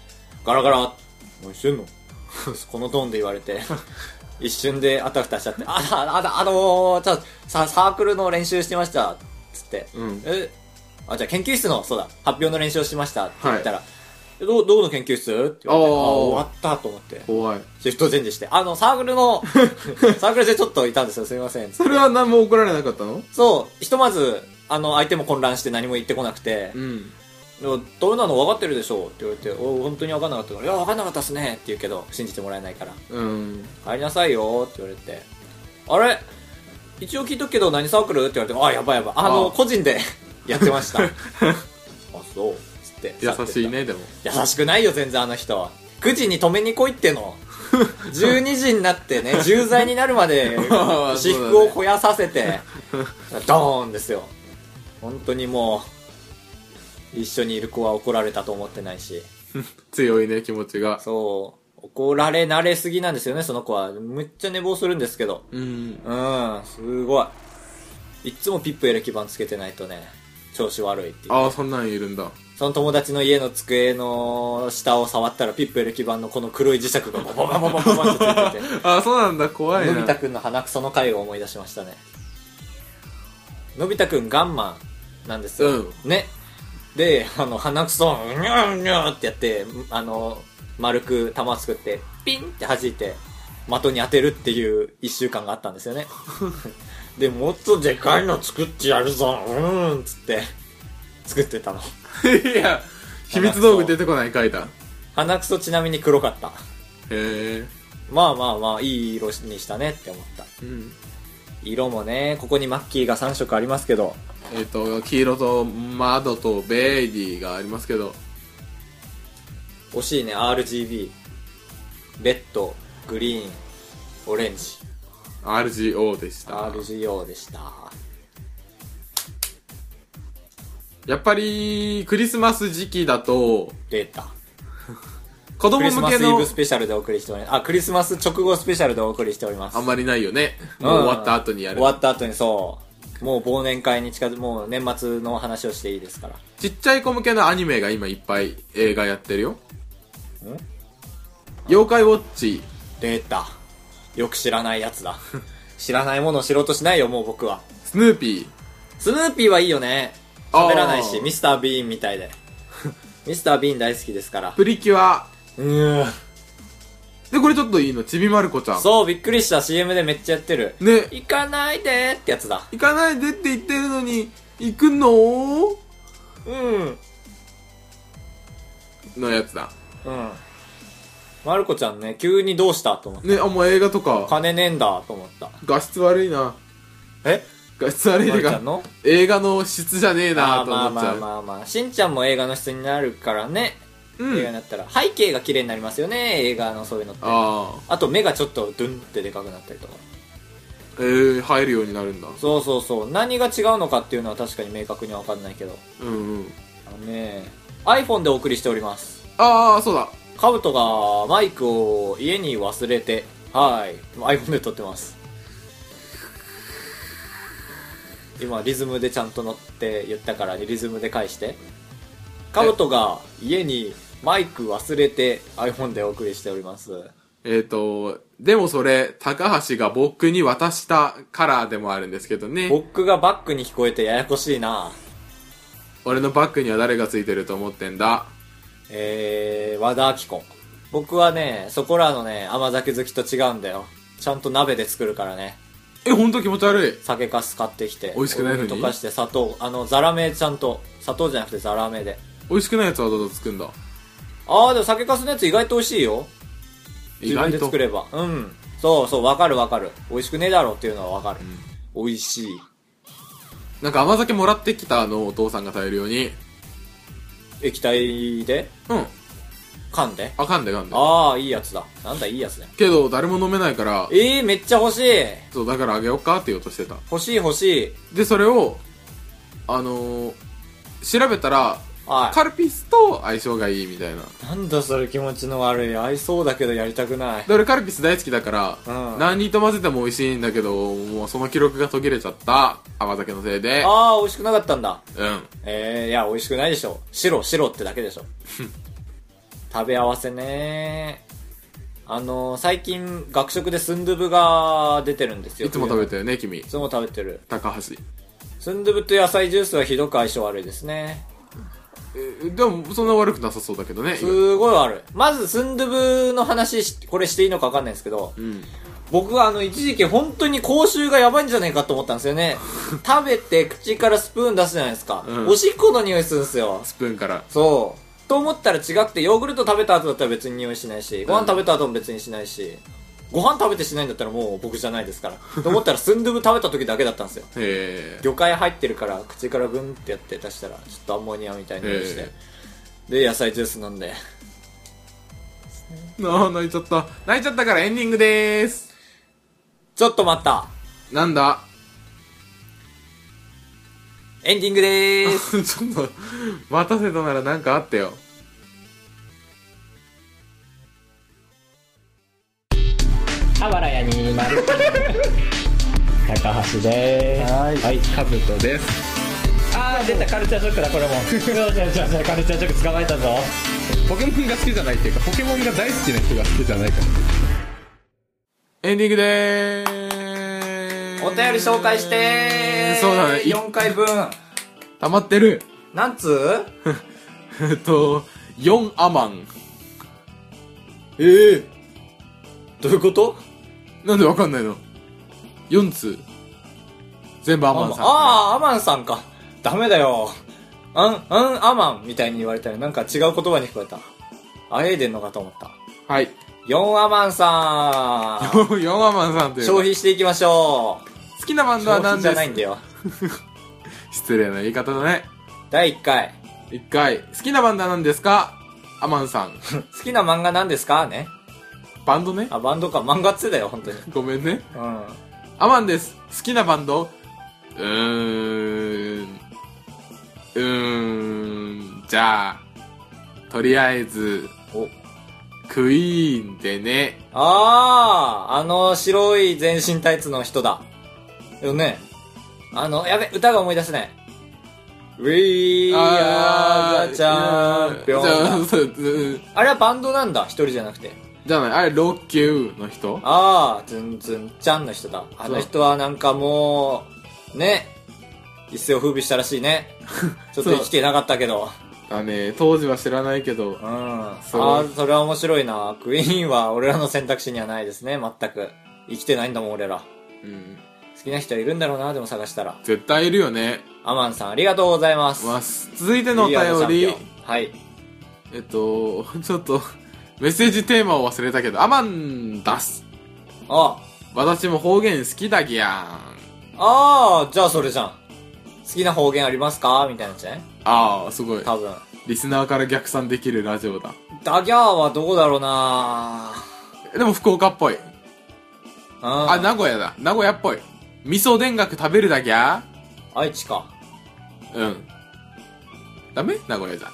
Speaker 1: ガラガラ、何してんの このトーンで言われて、 一瞬であたふたしちゃって、あ、あ、あ、あのー、ちょっとさ、サークルの練習してました、つって、
Speaker 2: うん。
Speaker 1: え、あ、じゃあ研究室の、そうだ、発表の練習をしましたって言ったら、えどうどうの研究室って言われて、あ
Speaker 2: あー
Speaker 1: 終わったと思って、
Speaker 2: 怖い。
Speaker 1: シフトチェンジして、あの、サークルの、サークルでちょっといたんですよ、すいません、
Speaker 2: それは何も怒られなかったの
Speaker 1: そう、ひとまず、あの、相手も混乱して何も言ってこなくて
Speaker 2: う、ん。
Speaker 1: でもどうなの分かってるでしょうって言われて、お本当に分かんなかったから、いや、分かんなかったっすねって言うけど、信じてもらえないから、
Speaker 2: うん。
Speaker 1: 帰りなさいよって言われて、あれ一応聞いとくけど何サークルって言われて、あ、やばいやばい。あの、
Speaker 2: あ
Speaker 1: 個人で やってました。あ、そう。つって。
Speaker 2: 優しい
Speaker 1: ね。
Speaker 2: ね、でも。
Speaker 1: 優しくないよ、全然あの人は。9時に止めに来いっての。12時になってね、重罪になるまで
Speaker 2: あ、あ
Speaker 1: 私
Speaker 2: そうだね
Speaker 1: 服を肥やさせて、ドーンですよ。本当にもう、一緒にいる子は怒られたと思ってないし。
Speaker 2: 強いね、気持ちが。
Speaker 1: そう、怒られ慣れすぎなんですよね、その子は。むっちゃ寝坊するんですけど。
Speaker 2: うん。
Speaker 1: うん、すごい。いっつもピップエレキ板つけてないとね、調子悪いっていう。
Speaker 2: ああ、そんなんいるんだ。。
Speaker 1: その友達の家の机の下を触ったらピップエレキ板のこの黒い磁石がバババババババってついてて
Speaker 2: ああ、そうなんだ、怖い
Speaker 1: のび太
Speaker 2: な。
Speaker 1: くんの鼻くその回を思い出しましたね。のび太くんガンマンなんですよ。
Speaker 2: う
Speaker 1: ね。で、あの、鼻くそ、うにゃうにゃってやって、あの、丸く玉作って、ピンって弾いて、的に当てるっていう一週間があったんですよね。で、もっとでかいの作ってやるぞ、うーんっつって、作ってたの。
Speaker 2: いや、秘密道具出てこない書いた。へ
Speaker 1: 鼻くそちなみに黒かった。
Speaker 2: え。
Speaker 1: まあまあまあ、いい色にしたねって思った。
Speaker 2: うん。
Speaker 1: 色もね、ここにマッキーが3色ありますけど、
Speaker 2: えっ、と、黄色と窓とベイディがありますけど、
Speaker 1: 惜しいね RGB レッドグリーンオレンジ
Speaker 2: RGO でした。
Speaker 1: RGO でした
Speaker 2: やっぱり、クリスマス時期だと、
Speaker 1: データ
Speaker 2: 子供
Speaker 1: クリス
Speaker 2: 向
Speaker 1: マ
Speaker 2: け
Speaker 1: スイ
Speaker 2: の
Speaker 1: ブ、スペシャルでお送りしておりますあクリスマス直後スペシャルでお送りしております
Speaker 2: あんまりないよね。
Speaker 1: うん
Speaker 2: もう終わった後にやる
Speaker 1: 終。わった後にそうもう忘年会に近づもう年末の話をしていいですから
Speaker 2: ちっちゃい子向けのアニメが今いっぱい映画やってるよ。妖怪ウォッチ。
Speaker 1: データよく知らないやつだ 知らないものを知ろうとしないよもう僕は
Speaker 2: スヌーピ
Speaker 1: スヌーピーはいいよね
Speaker 2: あー
Speaker 1: 喋らないしミスター・ビーンみ たいでミスター・ビーン大好きですから
Speaker 2: ー、プリキュア。
Speaker 1: うーん
Speaker 2: で、これちょっといいの。ちびまる子ちゃん。
Speaker 1: そう、びっくりした。CM でめっちゃやってる。
Speaker 2: ね、
Speaker 1: 行かないでってやつだ。
Speaker 2: 行かないでって言ってるのに、行くの
Speaker 1: うん。
Speaker 2: のやつだ。
Speaker 1: うん。まる子ちゃんね、急にどうしたと思った。
Speaker 2: ね、あ、もう映画とか、
Speaker 1: 金ねえんだと思った。
Speaker 2: 画質悪いな。
Speaker 1: え
Speaker 2: 画質悪い
Speaker 1: ま
Speaker 2: 映
Speaker 1: るちゃ
Speaker 2: 画
Speaker 1: ん。の
Speaker 2: 映画の質じゃねえ
Speaker 1: あ
Speaker 2: なー
Speaker 1: ー
Speaker 2: と
Speaker 1: まあ
Speaker 2: 思っち
Speaker 1: ま
Speaker 2: ゃ
Speaker 1: あ
Speaker 2: う。
Speaker 1: まあまあ。しんちゃんも映画の質になるからね。
Speaker 2: う
Speaker 1: 映画に
Speaker 2: ん。
Speaker 1: なったら。背景が綺麗になりますよね、映画のそういうのって。あ
Speaker 2: あ
Speaker 1: と目がちょっとドゥンってでかくなったりとか。
Speaker 2: あ、えー、入るようになるんだ。
Speaker 1: そうそうそう。何が違うのかっていうのは確かに明確にはわかんないけど。
Speaker 2: うんうん。
Speaker 1: あのね iPhone でお送りしております。
Speaker 2: ああ、そうだ。
Speaker 1: カブトがマイクを家に忘れてはい。iPhone で撮ってます。今、リズムでちゃんと乗って言ったから、リズムで返して。カブトが家にマイク忘れて iPhone でお送りしております。
Speaker 2: えっ、と、でもそれ、高橋が僕に渡したカラーでもあるんですけどね。
Speaker 1: 僕がバックに聞こえてややこしいな。
Speaker 2: 俺のバッグには誰がついてると思ってんだ
Speaker 1: えー、和田アキ子。僕はね、そこらのね、甘酒好きと違うんだよ。ちゃんと鍋で作るからね。
Speaker 2: え、ほんと気持ち悪い。
Speaker 1: 酒かす買ってきて。
Speaker 2: 美味しくないのに
Speaker 1: お湯溶かして砂糖、あの、ザラメちゃんと、砂糖じゃなくてザラメで。
Speaker 2: 美味しくないやつはどうぞ作んだ。
Speaker 1: ああ、でも酒かすのやつ意外と美味しいよ。
Speaker 2: 意
Speaker 1: 自分
Speaker 2: 外
Speaker 1: で
Speaker 2: と
Speaker 1: 作。れば。うん。そうそう、わかるわかる。美味しくねえだろっていうのはわかる。美味しい。
Speaker 2: なんか甘酒もらってきたのをお父さんが大量に。
Speaker 1: 液体で
Speaker 2: うん。
Speaker 1: 噛んで。
Speaker 2: あかんでかんで。
Speaker 1: ああ、いいやつだ。なんだ、いいやつね。
Speaker 2: けど、誰も飲めないから、
Speaker 1: ええー、めっちゃ欲しい。
Speaker 2: そう、だからあげようかって言おうとしてた。
Speaker 1: 欲しい欲しい。
Speaker 2: で、それを、あのー調べたら、
Speaker 1: はい
Speaker 2: カルピスと相性がいいみたいな。
Speaker 1: なんだそれ気持ちの悪い。合いそうだけどやりたくない。
Speaker 2: で、俺カルピス大好きだから、
Speaker 1: うん
Speaker 2: 何にと混ぜても美味しいんだけど、もうその記録が途切れちゃった。甘酒のせいで。
Speaker 1: ああ、美味しくなかったんだ。
Speaker 2: うん。
Speaker 1: えー、いや、美味しくないでしょ。白、白ってだけでしょ。 食べ合わせねあのー、最近、学食でスンドゥブが出てるんですよ。
Speaker 2: いつも食べてるね、君
Speaker 1: い。つも食べてる。
Speaker 2: 高橋。
Speaker 1: スンドゥブと野菜ジュースはひどく相性悪いですね。
Speaker 2: えでも、そんな悪くなさそうだけどね。
Speaker 1: すごい悪い。まず、スンドゥブの話し、これしていいのかわかんないんですけど、
Speaker 2: うん。
Speaker 1: 僕はあの、一時期本当に口臭がやばいんじゃないかと思ったんですよ ね。食べて口からスプーン出すじゃないですか。
Speaker 2: うん
Speaker 1: おしっこの匂いするんですよ。
Speaker 2: スプーンから。
Speaker 1: そう。と思ったら違くて、ヨーグルト食べた後だったら別に匂いしないし、ご飯食べた後も別にしないし、ご飯食べてしないんだったらもう僕じゃないですから。と思ったらスンドゥブ食べた時だけだったんですよ。
Speaker 2: へえ。
Speaker 1: 魚介入ってるから、口からブンってやって出したら、ちょっとアンモニアみたいに匂いして。で、野菜ジュース飲んで。
Speaker 2: ああ、泣いちゃった。泣いちゃったからエンディングでーす。
Speaker 1: ちょっと待った
Speaker 2: なんだ
Speaker 1: エンディングでーす
Speaker 2: ちょっと、待たせたならなんかあってよ。
Speaker 3: あばらや2 0高橋です。はい。はい。かぶとです。あー、出た、カルチャーショックだ、これも。よしよしよし、カルチャーショック捕まえたぞ。
Speaker 4: ポケモンが好きじゃないっていうかポケモンが大好きな人が好きじゃないから
Speaker 2: エンディングでーす。
Speaker 1: お便り紹介してー
Speaker 2: そうだねい
Speaker 1: 4回分。
Speaker 2: 溜まってる。
Speaker 1: なんつう
Speaker 2: えっと、4アマン。
Speaker 1: ええどういうこと
Speaker 2: なんでわかんないの ?4 通。全部ア
Speaker 1: ア
Speaker 2: マンさん。
Speaker 1: ああ、アマンさんか。ダメだよ。あん、あん、アマンみたいに言われたらなんか違う言葉に聞こえた。あえいでんのかと思った。
Speaker 2: はい。
Speaker 1: 4アマンさ
Speaker 2: 4アマンさんと
Speaker 1: ん。
Speaker 2: いう。
Speaker 1: 消費していきましょう。
Speaker 2: 好きなバンド
Speaker 1: 消
Speaker 2: は何
Speaker 1: 費じゃ
Speaker 2: で
Speaker 1: ないん
Speaker 2: す
Speaker 1: だよ。
Speaker 2: 失礼な言い方だね。
Speaker 1: 第1回。
Speaker 2: 一回。好きなバンドは何ですかアマンさん。
Speaker 1: 好きな漫画何ですかね。
Speaker 2: バンドね。
Speaker 1: あ、バンドか。漫画っつうだよ、本当に。
Speaker 2: ごめんね。
Speaker 1: うん。
Speaker 2: アマンです。好きなバンドうーん。うーん。じゃあ、とりあえず、
Speaker 1: お。
Speaker 2: クイーンでね。
Speaker 1: ああ、あの白い全身タイツの人だ。よね。あの、やべ、歌が思い出せない。We are the
Speaker 2: じゃ
Speaker 1: champion.
Speaker 2: あそううん
Speaker 1: あれはバンドなんだ、一人じゃなくて。
Speaker 2: じゃない、あれ、ロッキューの人
Speaker 1: ああ、ズンズンちゃんの人だ。あの人はなんかもう、ね、一世を風靡したらしいね。ちょっと生きてなかったけど。
Speaker 2: だね、当時は知らないけど
Speaker 1: うん。、あ
Speaker 2: すご
Speaker 1: あ、
Speaker 2: い
Speaker 1: それは面白いな。クイーンは俺らの選択肢にはないですね、全く。生きてないんだもん、俺ら。好
Speaker 2: うん、
Speaker 1: きな人いるんだろうな、でも探したら。
Speaker 2: 絶対いるよね。
Speaker 1: アマンさん、ありがとうございます。
Speaker 2: ます続いてのお便
Speaker 1: リーア
Speaker 2: り
Speaker 1: のチャンピ、オンはい。
Speaker 2: えっと、ちょっと、メッセージテーマを忘れたけど、アマン出す。
Speaker 1: あ、
Speaker 2: 私も方言好きだぎゃん。
Speaker 1: ああ、じゃあそれじゃん。好きな方言ありますかみたいなやつね。
Speaker 2: ああ、すごい。
Speaker 1: 多分。
Speaker 2: リスナーから逆算できるラジオだ。
Speaker 1: ダギャーはどこだろうな
Speaker 2: でも福岡っぽい。
Speaker 1: あ
Speaker 2: あ、名古屋だ。名古屋っぽい。味噌田楽食べるだぎゃ
Speaker 1: 愛知か。
Speaker 2: うん。ダメ名古屋じゃ。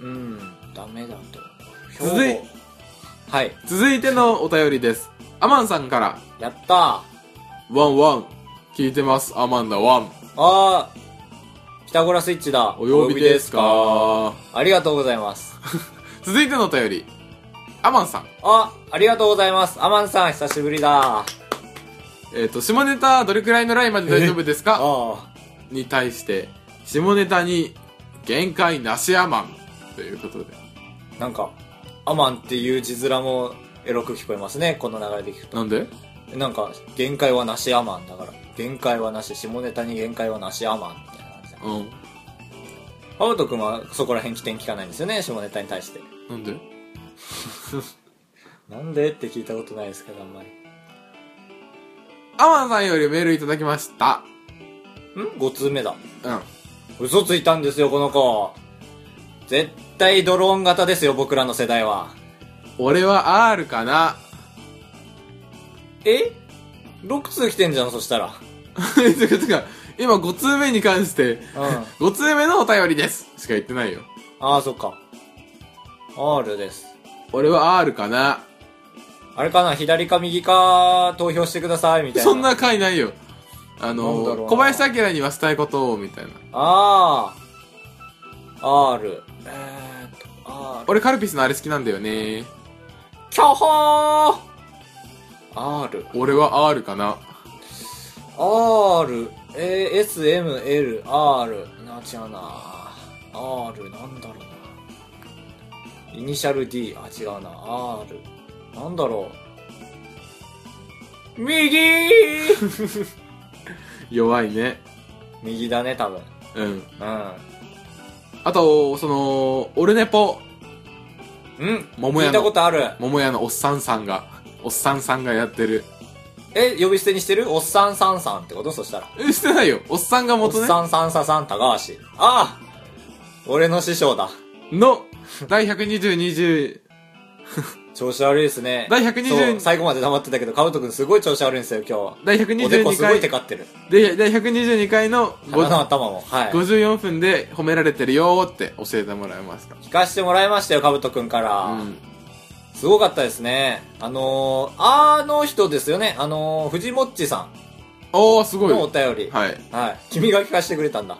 Speaker 1: うん、ダメだと。
Speaker 2: 続
Speaker 1: 兵
Speaker 2: い
Speaker 1: 庫はい。
Speaker 2: 続いてのお便りです。アマンさんから、
Speaker 1: やったーあ
Speaker 2: ワンワン、聞いてます、アマンダワン。
Speaker 1: あーピタゴラスイッチだ
Speaker 2: お呼びですか
Speaker 1: ありがとうございます
Speaker 2: 続いてのお便り、アマンさん。
Speaker 1: あありがとうございますアマンさん久しぶりだあ
Speaker 2: えっ、と、下ネタどれくらいのラインまで大丈夫ですか
Speaker 1: あ
Speaker 2: に対して、下ネタに、限界なしアマン。ということで。
Speaker 1: なんかアマンっていう字面もエロく聞こえますねこの流れで聞く
Speaker 2: なんで
Speaker 1: となんか限界はなしアマンだから限界はなし下ネタに限界はなしアマンみたいな感じだ
Speaker 2: うん。
Speaker 1: ハウト君はそこら辺起点聞かないんですよね下ネタに対して
Speaker 2: なんで
Speaker 1: なんでって聞いたことないですけどあんまり
Speaker 2: アマンさんよりメールいただきました。
Speaker 1: ん ?5 通目だ
Speaker 2: うん。
Speaker 1: 嘘ついたんですよこの子絶対ドローン型ですよ僕らの世代は
Speaker 2: 俺は R かな。
Speaker 1: え ?6 通来てんじゃんそしたら
Speaker 2: えてかてか、今5通目に関して、
Speaker 1: うんあ
Speaker 2: 5通目のお便りですしか言ってないよ。
Speaker 1: あそっか R です
Speaker 2: 俺は R かな。
Speaker 1: あれかな左か右か投票してくださいみたいな
Speaker 2: そんな回ないよ。あ
Speaker 1: なんだろう
Speaker 2: の、
Speaker 1: な
Speaker 2: 小林明にはしたいことを、みたいな。
Speaker 1: ああ R えーっと R
Speaker 2: 俺カルピスのあれ好きなんだよね。
Speaker 1: キャホー R
Speaker 2: 俺は R かな。
Speaker 1: R、A、S、M、L、R。な、違うな。R、なんだろうな。イニシャル D。あ、違うな。R。なんだろう。右
Speaker 2: 弱いね。
Speaker 1: 右だね、多分。
Speaker 2: うん。
Speaker 1: う
Speaker 2: あと、その、俺ネポ、
Speaker 1: ん。うん
Speaker 2: 桃屋
Speaker 1: 聞いた
Speaker 2: の
Speaker 1: ことある。
Speaker 2: 桃屋のおっさんさんが、おっさんさんがやってる。
Speaker 1: え、呼び捨てにしてるおっさんさんさんってことそしたら。
Speaker 2: え、してないよ。おっさんが
Speaker 1: おっ
Speaker 2: 元ね、
Speaker 1: さんさんささん高橋。ああ俺の師匠だ。
Speaker 2: の、第120、20、
Speaker 1: 調子悪いですね。
Speaker 2: 第120
Speaker 1: そう最後まで黙ってたけど、カブト君すごい調子悪いんですよ、今日。
Speaker 2: 第
Speaker 1: おでこ
Speaker 2: 122
Speaker 1: すごい
Speaker 2: 回
Speaker 1: テ、カってる。
Speaker 2: で、第122回の
Speaker 1: 鼻の頭も。はい。
Speaker 2: 54分で褒められてるよーって教えてもらいました。
Speaker 1: 聞かせてもらいましたよ、かぶとくんから。
Speaker 2: うん。
Speaker 1: すごかったですね。あのー、あの人ですよね。あのー、藤もっちさ
Speaker 2: おー、す
Speaker 1: ん
Speaker 2: ごい。
Speaker 1: のお
Speaker 2: は
Speaker 1: 便り。
Speaker 2: い。
Speaker 1: はい。君が聞かせてくれたんだ。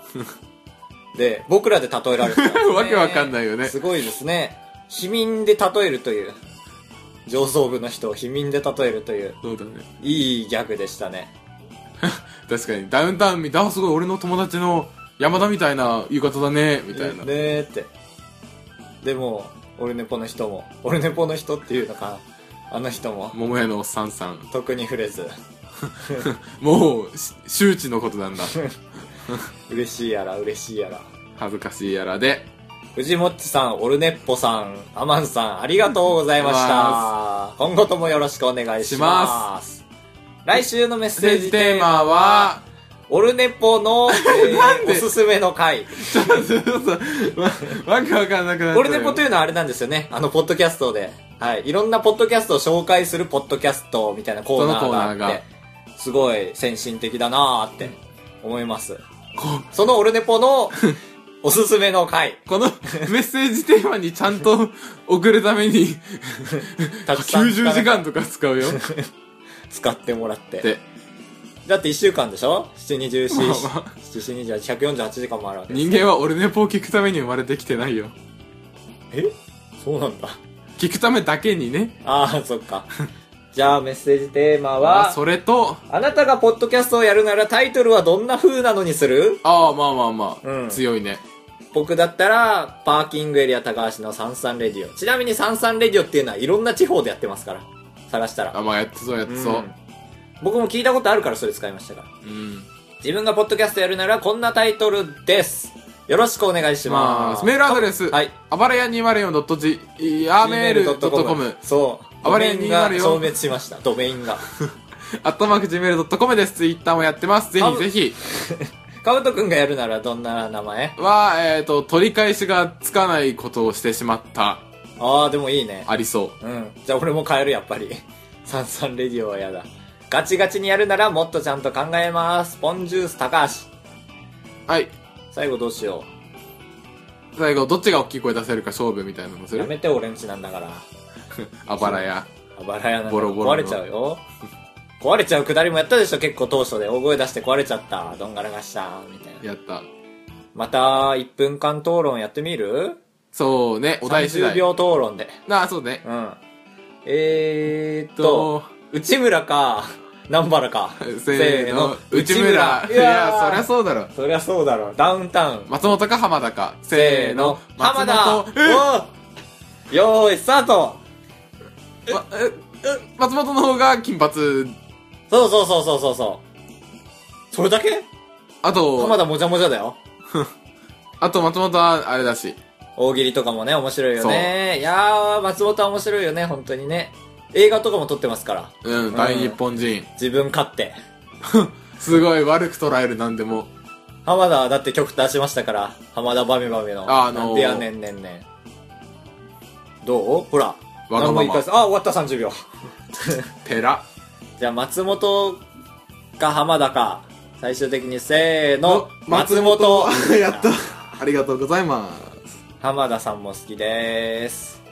Speaker 1: で、僕らで例えられてたんですね、
Speaker 2: わけわかんないよね
Speaker 1: すごいですね。避民で例えるという。上層部の人を避民で例えるという、
Speaker 2: そうだね。
Speaker 1: いいギャグでしたね。
Speaker 2: 確かに、ダウンタウンみたい、あ、すごい、俺の友達の山田みたいな言い方だね、みたい
Speaker 1: ね
Speaker 2: な。
Speaker 1: ーって。でも、俺ネポの人も、俺ネポの人っていうのかな。あの人も、
Speaker 2: 桃屋のおっさんさん。
Speaker 1: 特に触れず。
Speaker 2: もう、し周知のことなんだ。
Speaker 1: 嬉しいやら嬉しいやら
Speaker 2: 恥ずかしいやらで。
Speaker 1: 藤もっちさんオルネッポさんアマンさんありがとうございました今後ともよろしくお願いします来週のメッセージテーマは、オルネポの、え ー
Speaker 2: なんで
Speaker 1: おすすめの回
Speaker 2: ちょっと、ちょっと、わわけわかんなくなっちゃうよ
Speaker 1: オルネポというのはあれなんですよねあのポッドキャストではいいろんなポッドキャストを紹介するポッドキャストみたいなコーナ
Speaker 2: そ
Speaker 1: ー
Speaker 2: のコーナ
Speaker 1: が
Speaker 2: ーが
Speaker 1: あってすごい先進的だなーって思います
Speaker 2: こ
Speaker 1: そのオルネポ のおすすめの回
Speaker 2: このメッセージテーマにちゃんと送るために、
Speaker 1: たくさん使わな
Speaker 2: 90
Speaker 1: きゃ
Speaker 2: 時間とか使うよ。
Speaker 1: 使ってもらって
Speaker 2: で、
Speaker 1: だって1週間でしょ ?7、24、
Speaker 2: まあま
Speaker 1: 7、28、148時間もあるわけです
Speaker 2: 人間は俺ネポを聞くために生まれてきてないよ。
Speaker 1: えそうなんだ。
Speaker 2: 聞くためだけにね。
Speaker 1: ああ、そっか。 じゃあメッセージテーマ
Speaker 2: あ
Speaker 1: は、
Speaker 2: それと、
Speaker 1: あなたがポッドキャストをやるならタイトルはどんな風なのにする
Speaker 2: ああ、まあまあまあ、
Speaker 1: うん
Speaker 2: 強いね。
Speaker 1: 僕だったら、パーキングエリア高橋のサンサンレディオ。ちなみにサンサンレディオっていうのはいろんな地方でやってますから。探したら。
Speaker 2: あ、まあやってそうやってそう。
Speaker 1: ん僕も聞いたことあるからそれ使いましたから。
Speaker 2: うん。
Speaker 1: 自分がポッドキャストやるならこんなタイトルです。よろしくお願いし
Speaker 2: ま
Speaker 1: ま
Speaker 2: あ、
Speaker 1: す。
Speaker 2: メールアドレス、
Speaker 1: はい。
Speaker 2: あばれや 204.g、やメール .com、
Speaker 1: そう。
Speaker 2: あ
Speaker 1: ド
Speaker 2: ば
Speaker 1: メ
Speaker 2: れん
Speaker 1: イ
Speaker 2: に
Speaker 1: ン
Speaker 2: な
Speaker 1: が
Speaker 2: るよ
Speaker 1: 消滅しました。ドメインが。
Speaker 2: アットマーク gmail.com です。ツイッターもやってます。ぜ
Speaker 1: あ
Speaker 2: ひぜひ。
Speaker 1: カブトくんがやるならどんな名前
Speaker 2: は、えっ、と、取り返しがつかないことをしてしまった。
Speaker 1: ああ、でもいいね。
Speaker 2: ありそう。
Speaker 1: うん。じゃあ俺も変える、やっぱり。 サンサンレディオはやだ。ガチガチにやるならもっとちゃんと考えます。ポンジュース高橋。
Speaker 2: はい。
Speaker 1: 最後どうしよ
Speaker 2: 最後、どっちが大きい声出せるか勝負みたいなのす
Speaker 1: う。や
Speaker 2: る
Speaker 1: めて、俺んちなんだから。
Speaker 2: あばらや。
Speaker 1: あばら屋なんだ
Speaker 2: ボロボロの
Speaker 1: 壊れちゃうよ。 壊れちゃうくだりもやったでしょ、結構当初で。大声出して壊れちゃった。どんがらがした。みたいな。
Speaker 2: やった。
Speaker 1: また、1分間討論やってみる
Speaker 2: そうね、お題次
Speaker 1: ?30
Speaker 2: 第。
Speaker 1: 秒討論で。
Speaker 2: なあ、そうね。
Speaker 1: うん。えーっと
Speaker 2: と、
Speaker 1: 内村か、南原か。
Speaker 2: せーの、内村。い
Speaker 1: い
Speaker 2: や
Speaker 1: や
Speaker 2: ー、そりゃ
Speaker 1: そ
Speaker 2: そうだろ。
Speaker 1: そりゃそうだろ。ダウンタウン。
Speaker 2: 松本か浜田か。せーの、
Speaker 1: 浜
Speaker 2: 松
Speaker 1: 田
Speaker 2: 本
Speaker 1: お
Speaker 2: え
Speaker 1: うよーい、スタート
Speaker 2: わえ松本の方が金髪。
Speaker 1: そうそうそうそうそうそう。それだけ
Speaker 2: あ
Speaker 1: 浜
Speaker 2: と、
Speaker 1: 田もじゃもじゃだよ。
Speaker 2: あと松本はあれだし。
Speaker 1: 大喜利とかもね、面白いよね。いやー、松本は面白いよね、本当にね。映画とかも撮ってますから。
Speaker 2: うん、大日本人。
Speaker 1: 自分勝手。
Speaker 2: すごい悪く捉えるなんでも。
Speaker 1: 浜田はだって曲出しましたから。浜田バメバメの。
Speaker 2: ああのー
Speaker 1: なんでやねんねんねん。どうほら。
Speaker 2: わがまま
Speaker 1: 何も言い返すあ、終わった30秒。
Speaker 2: ペラ。
Speaker 1: じゃあ、松本か浜田か。最終的にせーの。松本
Speaker 2: やった。ありがとうございます。
Speaker 1: 浜田さんも好きでーす。